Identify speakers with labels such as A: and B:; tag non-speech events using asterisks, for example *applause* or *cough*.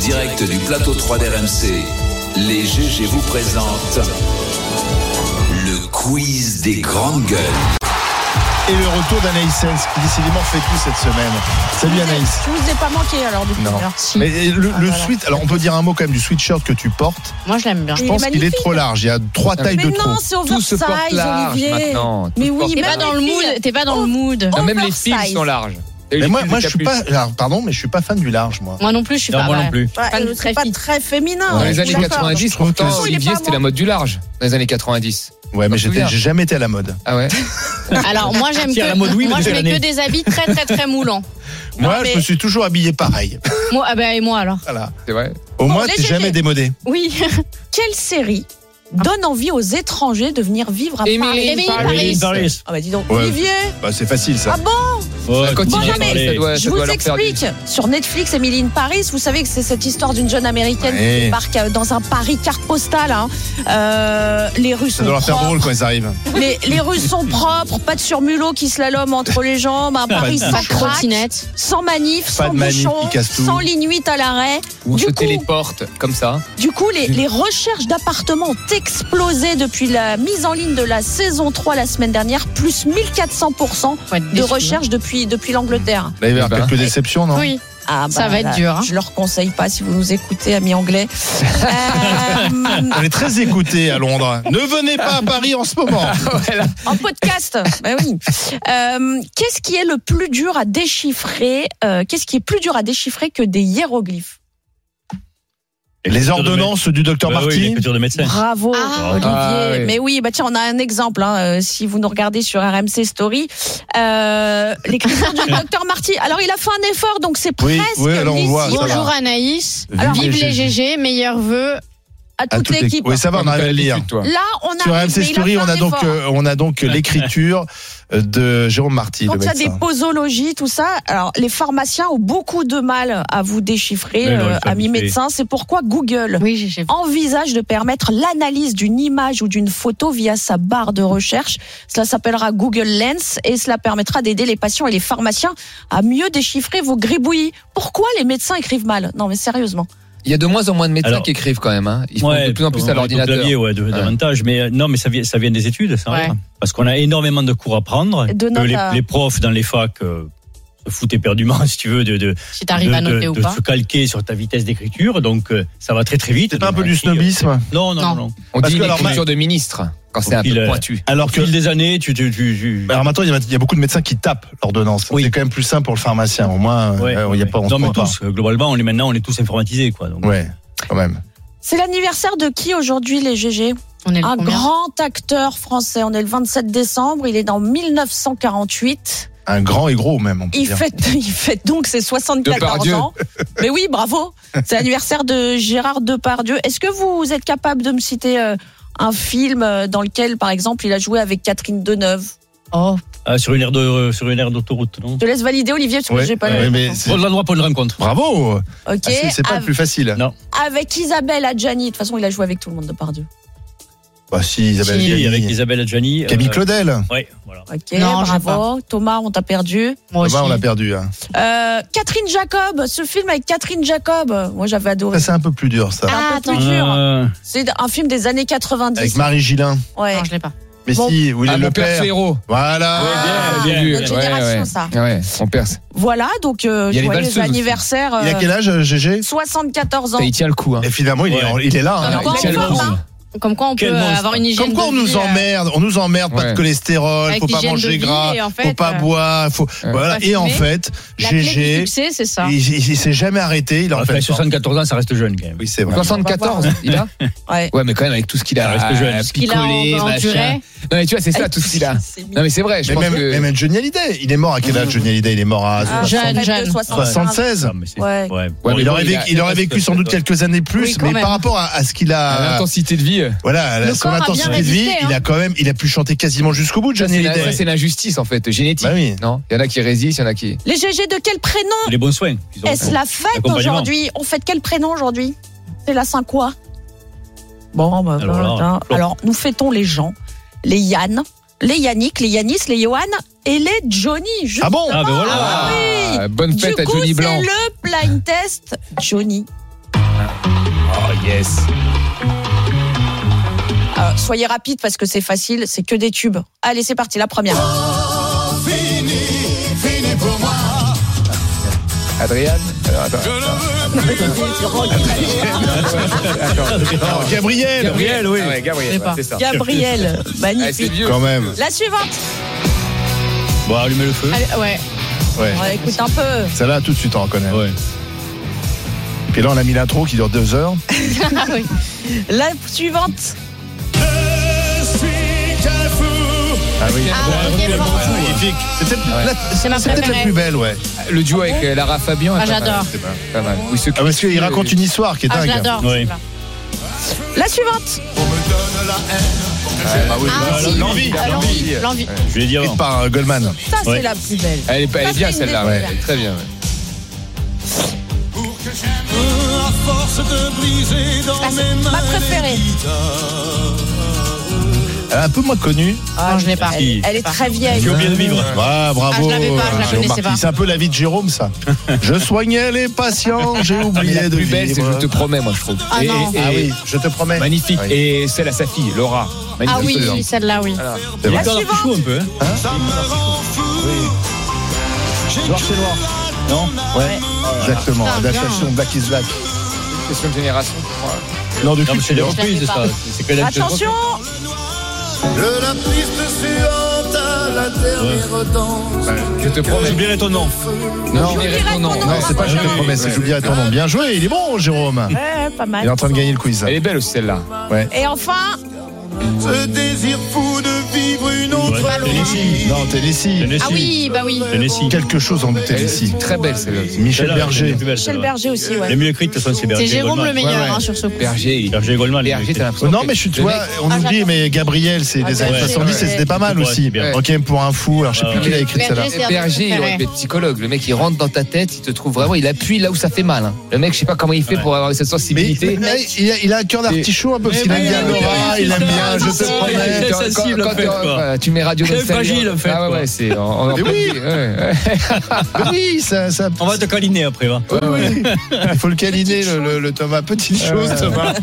A: direct du plateau 3 d'RMC, les GG vous présentent le quiz des grandes gueules.
B: Et le retour d'Anaïs Sens, qui décidément fait tout cette semaine. Salut Anaïs.
C: Je vous ai pas manqué alors du coup.
B: Non.
C: Merci.
B: Mais et le,
C: Ah,
B: le
C: voilà.
B: sweat, alors on peut dire un mot quand même du sweatshirt que tu portes.
D: Moi, je l'aime bien.
B: Je
C: Il est
B: pense qu'il est
C: magnifique.
B: trop large. Il y a trois tailles
C: Mais
B: de trop.
C: non, c'est
E: Tout se
C: oversize,
E: porte large
C: Olivier.
E: maintenant. Tout
C: Mais
E: se
C: oui,
E: porte
D: T'es
C: mais
D: pas
E: large.
D: dans le mood. T'es pas dans le mood.
C: Oh.
E: Non, même les
C: Oversize.
E: fils sont larges. Et
B: Mais
E: les
B: moi,
E: fils
B: moi
E: de
B: je suis
E: capuche.
B: pas, Bah, alors, pardon, mais je suis pas fan du large, moi.
D: Moi non plus, je suis pas.
E: Non, moi
D: ouais.
E: non plus.
C: Bah,
D: Pas
C: euh,
D: de
C: c'est
D: très
C: pas
D: fine.
C: très féminin. hein,
E: Dans
B: Ouais,
E: les
B: je
E: années
B: suis d'accord.
E: 90,
B: Je trouve
E: pourtant,
B: que-
C: Oh, il est
E: Olivier,
C: pas
E: c'était la
C: mort.
E: mode du large. Dans les années 90.
B: Ouais, mais
E: T'en
B: j'étais,
E: souviens
B: j'ai jamais été à la mode.
E: Ah ouais
D: Alors, moi, j'aime
F: Tiens,
D: que.
F: la mode, oui, mais
D: moi, je
F: déjà
D: mets que
F: l'année.
D: des habits très, très, très moulants.
B: moi,
D: mais-
B: je me suis toujours habillé pareil. *laughs*
D: Moi, ah bah, et moi alors
B: Voilà.
E: C'est vrai.
B: Au moins,
C: les
B: t'es
C: GG.
B: jamais démodé.
D: Oui.
C: Quelle série donne envie aux étrangers de venir vivre à Paris
D: Emily in Paris.
F: Emily in Paris.
C: Ah bah dis donc,
B: Ouais.
C: Olivier
B: Bah, c'est facile, ça.
C: Ah bon
F: Ouais,
E: Ça
F: continue
E: continue,
F: à
C: non, mais-
F: parler.
E: ça doit- ça
C: Je
E: doit
C: vous
E: leur faire du-
C: explique. Sur Netflix, Emily in Paris, vous savez que c'est cette histoire d'une jeune américaine
B: Ouais.
C: qui débarque euh, dans un Paris carte postale. hein. Euh, les Russes
B: Ça doit leur faire drôle quand ils arrivent.
C: Les, les Russes sont propres, pas de surmulot qui slalom entre les jambes, un Paris
B: de
C: sans
B: bouchon.
C: crack,
D: Trottinette.
C: sans manif,
B: Pas
C: sans
B: de manif
C: bouchon,
B: qui casse tout.
C: sans ligne 8 à l'arrêt.
E: Ou on
C: Du
E: se
C: coup-
E: téléporte comme ça.
C: Du coup, les, les recherches d'appartements ont explosé depuis la mise en ligne de la saison 3 la semaine dernière, plus 1400%
D: Faut être
C: de
D: déçu.
C: recherches depuis, depuis l'angleterre.
B: Là, il va y avoir
E: Eh ben.
B: quelques déceptions, non
D: Oui.
C: Ah,
D: Ça va être
C: là,
D: dur, hein.
C: Je leur conseille pas si vous nous écoutez, amis anglais. Euh, *laughs*
B: On est très écoutés à Londres. Ne venez pas à Paris en ce moment.
C: En podcast, ben oui. Euh, Qu'est-ce qui est le plus dur à déchiffrer euh, Qu'est-ce qui est plus dur à déchiffrer que des hiéroglyphes
B: Les ordonnances du docteur
F: Bah oui,
B: Marty.
F: l'écriture de médecin.
C: Bravo,
D: Ah.
C: Olivier.
E: Ah, oui.
C: Mais oui, bah tiens, on a un exemple. hein, euh, si vous nous regardez sur RMC Story, euh, l'écriture
B: *laughs*
C: du docteur Marty. Alors, il a fait un effort, donc c'est
B: Oui,
C: presque
B: oui, alors on voit,
C: lisible
B: ça
D: Bonjour
B: va.
D: Anaïs.
B: Alors-
D: Vive les GG. Meilleurs vœux.
C: à
B: À
C: toute
B: toutes les-
C: l'équipe.
B: Oui, ça va, on arrive à le lire.
E: toi.
C: Là, on a.
B: Sur RMC Story, on a donc, euh, on a donc l'écriture euh, de Jérôme Marty,
C: Quand
B: le
C: il y a des
B: médecin.
C: posologies, tout ça, alors les pharmaciens ont beaucoup de mal à vous déchiffrer,
F: Mais non,
C: euh,
F: ils sont
C: amis
F: habitués.
C: médecins. C'est pourquoi Google
D: Oui, GG.
C: envisage de permettre l'analyse d'une image ou d'une photo via sa barre de recherche. Cela s'appellera Google Lens et cela permettra d'aider les patients et les pharmaciens à mieux déchiffrer vos gribouillis. Pourquoi les médecins écrivent mal Non mais sérieusement.
E: Il y a de moins en moins de médecins
F: Alors-
E: qui écrivent quand même. Hein. Ils font
F: Ouais,
E: de plus en plus
F: on
E: à
F: va avec le
E: l'ordinateur.
F: clavier, ouais, de- davantage. Mais euh, non, mais ça vient, ça vient des études, ça.
D: Ouais.
F: rien. Parce qu'on a énormément de cours à prendre.
C: De
F: que
C: notes
F: les,
C: à-
F: les profs dans les facs euh, se foutent éperdument, *laughs* si tu veux, de, de,
D: Si t'arrives
F: de-
D: à noter
F: de-
D: ou
F: de
D: pas.
F: se calquer sur ta vitesse d'écriture. Donc, euh, ça va très, très vite.
B: C'est pas un
F: Donc,
B: peu du
F: euh,
B: snobisme
F: Non, non,
D: Non.
F: non. non.
E: On
B: Parce
E: dit
B: que
E: une
B: alors,
E: écriture de ministre quand c'est un
F: Au fil,
E: peu
F: euh,
E: pointu.
F: Alors
B: que-
F: que des années, tu. tu, tu, tu-
B: Bah, Alors maintenant, il y a- il y a beaucoup de médecins qui tapent l'ordonnance.
F: Oui.
B: C'est quand même plus simple pour le pharmacien. Au moins,
F: Ouais,
B: euh, il y a
F: ouais.
B: pas, on
F: non,
B: se
F: mais
B: trompe pas.
F: tous, euh, globalement, on est maintenant, on est tous informatisés, quoi. Donc,
B: Ouais, quand même.
C: C'est l'anniversaire de qui aujourd'hui les GG
D: On est le
C: Un
D: combien
C: grand acteur français. On est le 27 décembre. Il est dans 1948.
B: Un grand et gros même, on peut
C: Il
B: dire.
C: fête, *laughs* il fête donc ses 74
E: Depardieu.
C: ans. Mais oui, bravo. C'est l'anniversaire de Gérard Depardieu. Est-ce que vous êtes capable de me citer euh, un film euh, dans lequel, par exemple, il a joué avec Catherine Deneuve
D: Oh,
F: ah, sur une aire de, euh, sur une aire d'autoroute, non.
C: Je te laisse valider, Olivier, parce que
B: Ouais,
C: j'ai pas
B: ouais,
C: le-
B: mais c'est-
F: On a le droit pour une rencontre.
B: Bravo
C: Ok.
B: Ah, c'est- C'est pas le
C: Av-
B: plus facile.
F: Non.
C: Avec Isabelle Adjani. De toute façon, il a joué avec tout le monde, Depardieu.
B: Bah si, Isabelle
F: Si,
B: Gianni.
F: avec Isabelle Adjani.
B: Camille
F: euh,
B: Claudel.
F: Ouais, voilà.
C: Ok,
D: Non, je sais
C: bravo. Thomas, on t'a perdu.
D: moi aussi.
B: Bah, on l'a perdu. hein.
C: Euh, Catherine Jacob, ce film avec Catherine Jacob. Moi, j'avais adoré.
B: Ça, c'est un peu plus dur, ça.
C: C'est un
D: Ah,
C: peu plus dur.
F: Euh,
C: C'est un film des années 90.
B: Avec Marie Gillin.
C: ouais.
D: Non, je l'ai pas.
B: Mais
C: Bon.
B: si, William
E: Ah, mon
B: Le
E: père,
B: Père.
E: c'est héros.
B: Voilà.
C: Ah,
F: bien,
E: J'ai
F: bien.
E: vu.
C: notre génération,
E: ouais.
C: ça.
E: Ouais, on perce.
C: Voilà, donc euh,
E: Il y a les
C: joyeux
E: valseuses
C: anniversaire.
B: Il a
C: euh,
B: quel âge, euh, GG
C: 74 ans.
E: Ça, il tient le coup. Hein.
B: Et finalement, il, est,
F: Ouais.
B: il est là. hein.
C: Alors,
E: il
C: quand
E: tient
C: on
E: le
C: parle,
E: coup.
C: hein,
D: Comme quoi, on peut
F: Quel
D: euh,
F: monstre.
D: avoir une hygiène.
B: Comme quoi, on
D: de vie,
B: nous
D: euh,
B: emmerde. On nous emmerde. Pas
E: Ouais.
B: de cholestérol,
D: avec
B: faut pas
D: l'hygiène de
B: manger
D: vie,
B: gras,
D: et en
B: faut
D: fait,
B: pas
D: euh,
B: boire. Faut...
E: Ouais.
B: Voilà.
D: Pas
B: Et en
D: fumer.
B: fait,
D: La clé du
B: GG,
D: succès, c'est ça.
B: il, il- il s'est jamais arrêté. Il en
F: Après
B: fait.
F: 74 ans, ça reste jeune quand même.
B: Oui, c'est vrai.
E: 74, il a
C: Ouais.
E: Ouais, mais quand même, avec tout ce qu'il a,
F: Ça reste jeune.
E: à
F: Ce
D: Qu'il a
E: picoler,
D: en-
E: machin.
D: enduré.
E: Non, mais tu vois, c'est ça, tout ce
C: *laughs*
E: qu'il a.
C: C'est mignon.
E: Non, mais c'est vrai, je
B: Mais
E: pense
B: même,
E: que. Ah.
B: même Johnny Hallyday, il est mort à quel âge Johnny Hallyday Il est mort à
C: Ah,
D: jeune,
C: rêve de
D: jeune.
B: 76
F: mais c'est-
C: Ouais.
E: Ouais, Ah, mais
B: il
E: bon,
B: aurait,
E: il a-
B: vécu,
E: Ah,
B: il aurait vécu sans doute quelques années de plus,
D: Oui, quand
B: mais
D: même.
B: par rapport à, à ce qu'il
E: à
B: a,
E: L'intensité de vie,
B: voilà, à
D: Le
B: son
D: corps a bien
B: intensité de vie,
D: résisté, hein.
B: il a quand même, il a pu chanter quasiment jusqu'au bout,
E: ça,
B: Johnny
E: c'est la-
B: Hallyday.
E: ça, c'est l'injustice en fait, génétique.
B: Bah oui.
E: Non, il y en a qui résistent, il y en a qui.
C: Les GG de quel prénom
F: Les bons soins. qu'ils ont.
C: est-ce la fête
F: L'accompagnement.
C: aujourd'hui On fête quel prénom aujourd'hui C'est la Saint quoi Bon, bah,
F: Alors
C: bah,
F: là,
C: tiens.
F: Flo.
C: alors nous fêtons les gens, les Yann, les Yannick, les Yanis, les Johan et les Johnny.
B: Ah bon
E: bah
F: Ah, ben voilà.
C: Ah oui
E: bonne
C: Du
E: fête à
C: coup,
E: Johnny
C: c'est
E: Blanc.
C: le blind test Johnny.
E: Ah,
F: Oh yes.
C: Euh, soyez rapide parce que c'est facile, c'est que des tubes. Allez, c'est parti, la première.
E: Adrien Alors, attends.
B: Alors, Gabriel,
E: Gabriel, oui. Ah ouais, Gabriel,
D: Je sais
E: ouais,
D: pas.
E: c'est ça. *laughs*
C: Gabriel,
E: Ah, c'est
C: magnifique.
E: vieux.
B: quand même.
C: La suivante.
F: Bon, allumez le feu.
D: Allez, ouais.
B: Ouais.
C: On écoute un peu.
B: Celle-là, tout de suite, on reconnaît.
F: Ouais.
B: Puis là, on a mis l'intro qui dure deux heures.
D: Ah oui.
C: La suivante.
B: Ah oui.
D: Ah, ok, bon.
B: Magnifique. C'est peut-être
E: Ouais.
B: la-
D: C'est ma
B: c'est peut-être la
D: préférée.
B: plus belle, ouais.
E: Le duo avec euh, Lara Fabian. est
D: Ah,
E: pas mal.
D: j'adore.
B: C'est pas-
E: Pas mal. Oui, ce
B: Ah, parce qu'il raconte une histoire qui est
D: Ah, je
B: dingue.
D: l'adore.
F: Ouais.
D: celle-là.
C: La suivante.
E: Ah, bah oui,
D: Ah,
E: bah,
D: si.
E: l'envie,
D: Ah,
E: l'envie.
D: L'envie. L'envie.
F: Je vais dire.
B: Écrite par euh, Goldman.
C: Ça, c'est
F: Ouais.
C: la plus belle.
E: Elle est, elle est
C: Ça,
E: bien
C: c'est une
E: celle-là,
C: des
E: ouais.
C: meilleures.
E: Elle est très bien. ouais.
C: Ah, c'est ma préférée.
B: Elle est Euh, un peu moins connue.
D: Non, je l'ai pas.
C: Elle, elle est très vieille.
F: Tu oublies de vivre.
B: Ah, bravo.
D: Ah, je l'avais pas, je
B: Jérôme
D: la connaissais
B: Marty.
D: pas.
B: C'est un peu la vie de Jérôme, ça. je soignais les patients, j'ai
E: Ah, Mais
B: oublié
E: la
B: de
E: plus belle, c'est
B: vivre.
E: Je te promets, moi, je trouve.
D: Ah,
E: Et-
D: non.
E: et-
B: Ah oui, je te promets.
E: Magnifique.
B: Oui.
E: Et celle à sa fille, Laura.
D: Ah
E: Magnifique.
D: oui, celle-là, Ah, oui.
E: Voilà.
B: C'est
F: Il est
B: vrai.
F: encore
C: suivante.
F: chaud un peu. hein.
B: Noir, c'est noir.
F: Non
B: Ouais. Exactement.
D: Ah, bien.
B: Adaptation Black is Black.
E: Question de génération.
B: Ah, Non, du
F: Non, mais c'est des
B: culture.
F: reprises,
D: Je
F: ça.
D: l'avais
F: C'est que la
C: Attention.
E: Je te promets.
F: J'oublierai ton nom.
E: Non,
C: J'oublierai
E: j'oublierai ton
C: ton nom.
E: nom.
B: Non, c'est pas je te promets, c'est j'oublierai ton nom. Bien joué, il est bon, Jérôme.
C: Ouais, pas
B: Il est
C: mal.
B: en train de gagner le quiz.
E: Elle est belle aussi, celle-là.
C: Et enfin,
F: Ouais, Tennessee.
B: Non, Tennessee.
F: Tennessee.
D: Ah oui, bah oui.
F: Tennessee.
B: Quelque chose en Tennessee.
E: Très belle, celle-là. aussi.
B: Michel
F: Celle-là,
B: Berger.
F: la plus belle,
C: Michel
F: celle-là.
C: Berger aussi, ouais.
F: Les mieux écrites, de toute façon, c'est Berger.
D: C'est Jérôme le
F: Goldman.
D: meilleur
B: Ouais, ouais.
D: hein, sur ce coup.
E: Berger. il-
F: Berger Goldman. les mieux
E: Berger,
F: écrites.
E: t'as l'impression.
B: Non,
E: que
B: mais je suis, tu
E: le
B: vois,
E: mec-
B: on
C: Ah,
B: oublie,
C: j'adore.
B: mais Gabriel, c'est
C: Ah,
B: des années
F: ouais.
B: 70,
C: Ouais.
B: c'était pas mal
F: Ouais,
B: aussi.
F: c'est bien.
B: Ok, pour un fou, alors je sais plus
F: Ouais.
B: qui l'a écrit
D: Berger,
B: celle-là.
D: c'est un des
E: Berger, il aurait
D: préférés.
E: été psychologue. Le mec, il rentre dans ta tête, il te trouve vraiment, il appuie là où ça fait mal. hein. Le mec, je sais pas comment il fait pour avoir cette
B: Mais
E: sensibilité.
B: mais- mais il a, il a un cœur d'artichaut un peu, parce qu'il
F: Mais
B: aime
F: oui,
B: bien
F: oui,
B: Laura,
F: oui,
B: il aime
F: c'est
E: Ah,
B: bien,
F: ça,
B: je te
F: c'est ça,
B: promets.
F: il est sensible, en fait, quoi.
E: euh, tu mets Radio
F: Très
E: Nostalgie,
F: fragile, en fait,
E: Ah ouais,
F: quoi.
E: ouais, c'est. on- on-
B: Mais oui.
E: ouais, ouais.
F: *laughs*
B: Oui, ça, ça,
F: On va te câliner après, va.
B: oui, oui.
F: Euh,
B: il faut le câliner, le, le- le Thomas. Petite chose, Thomas.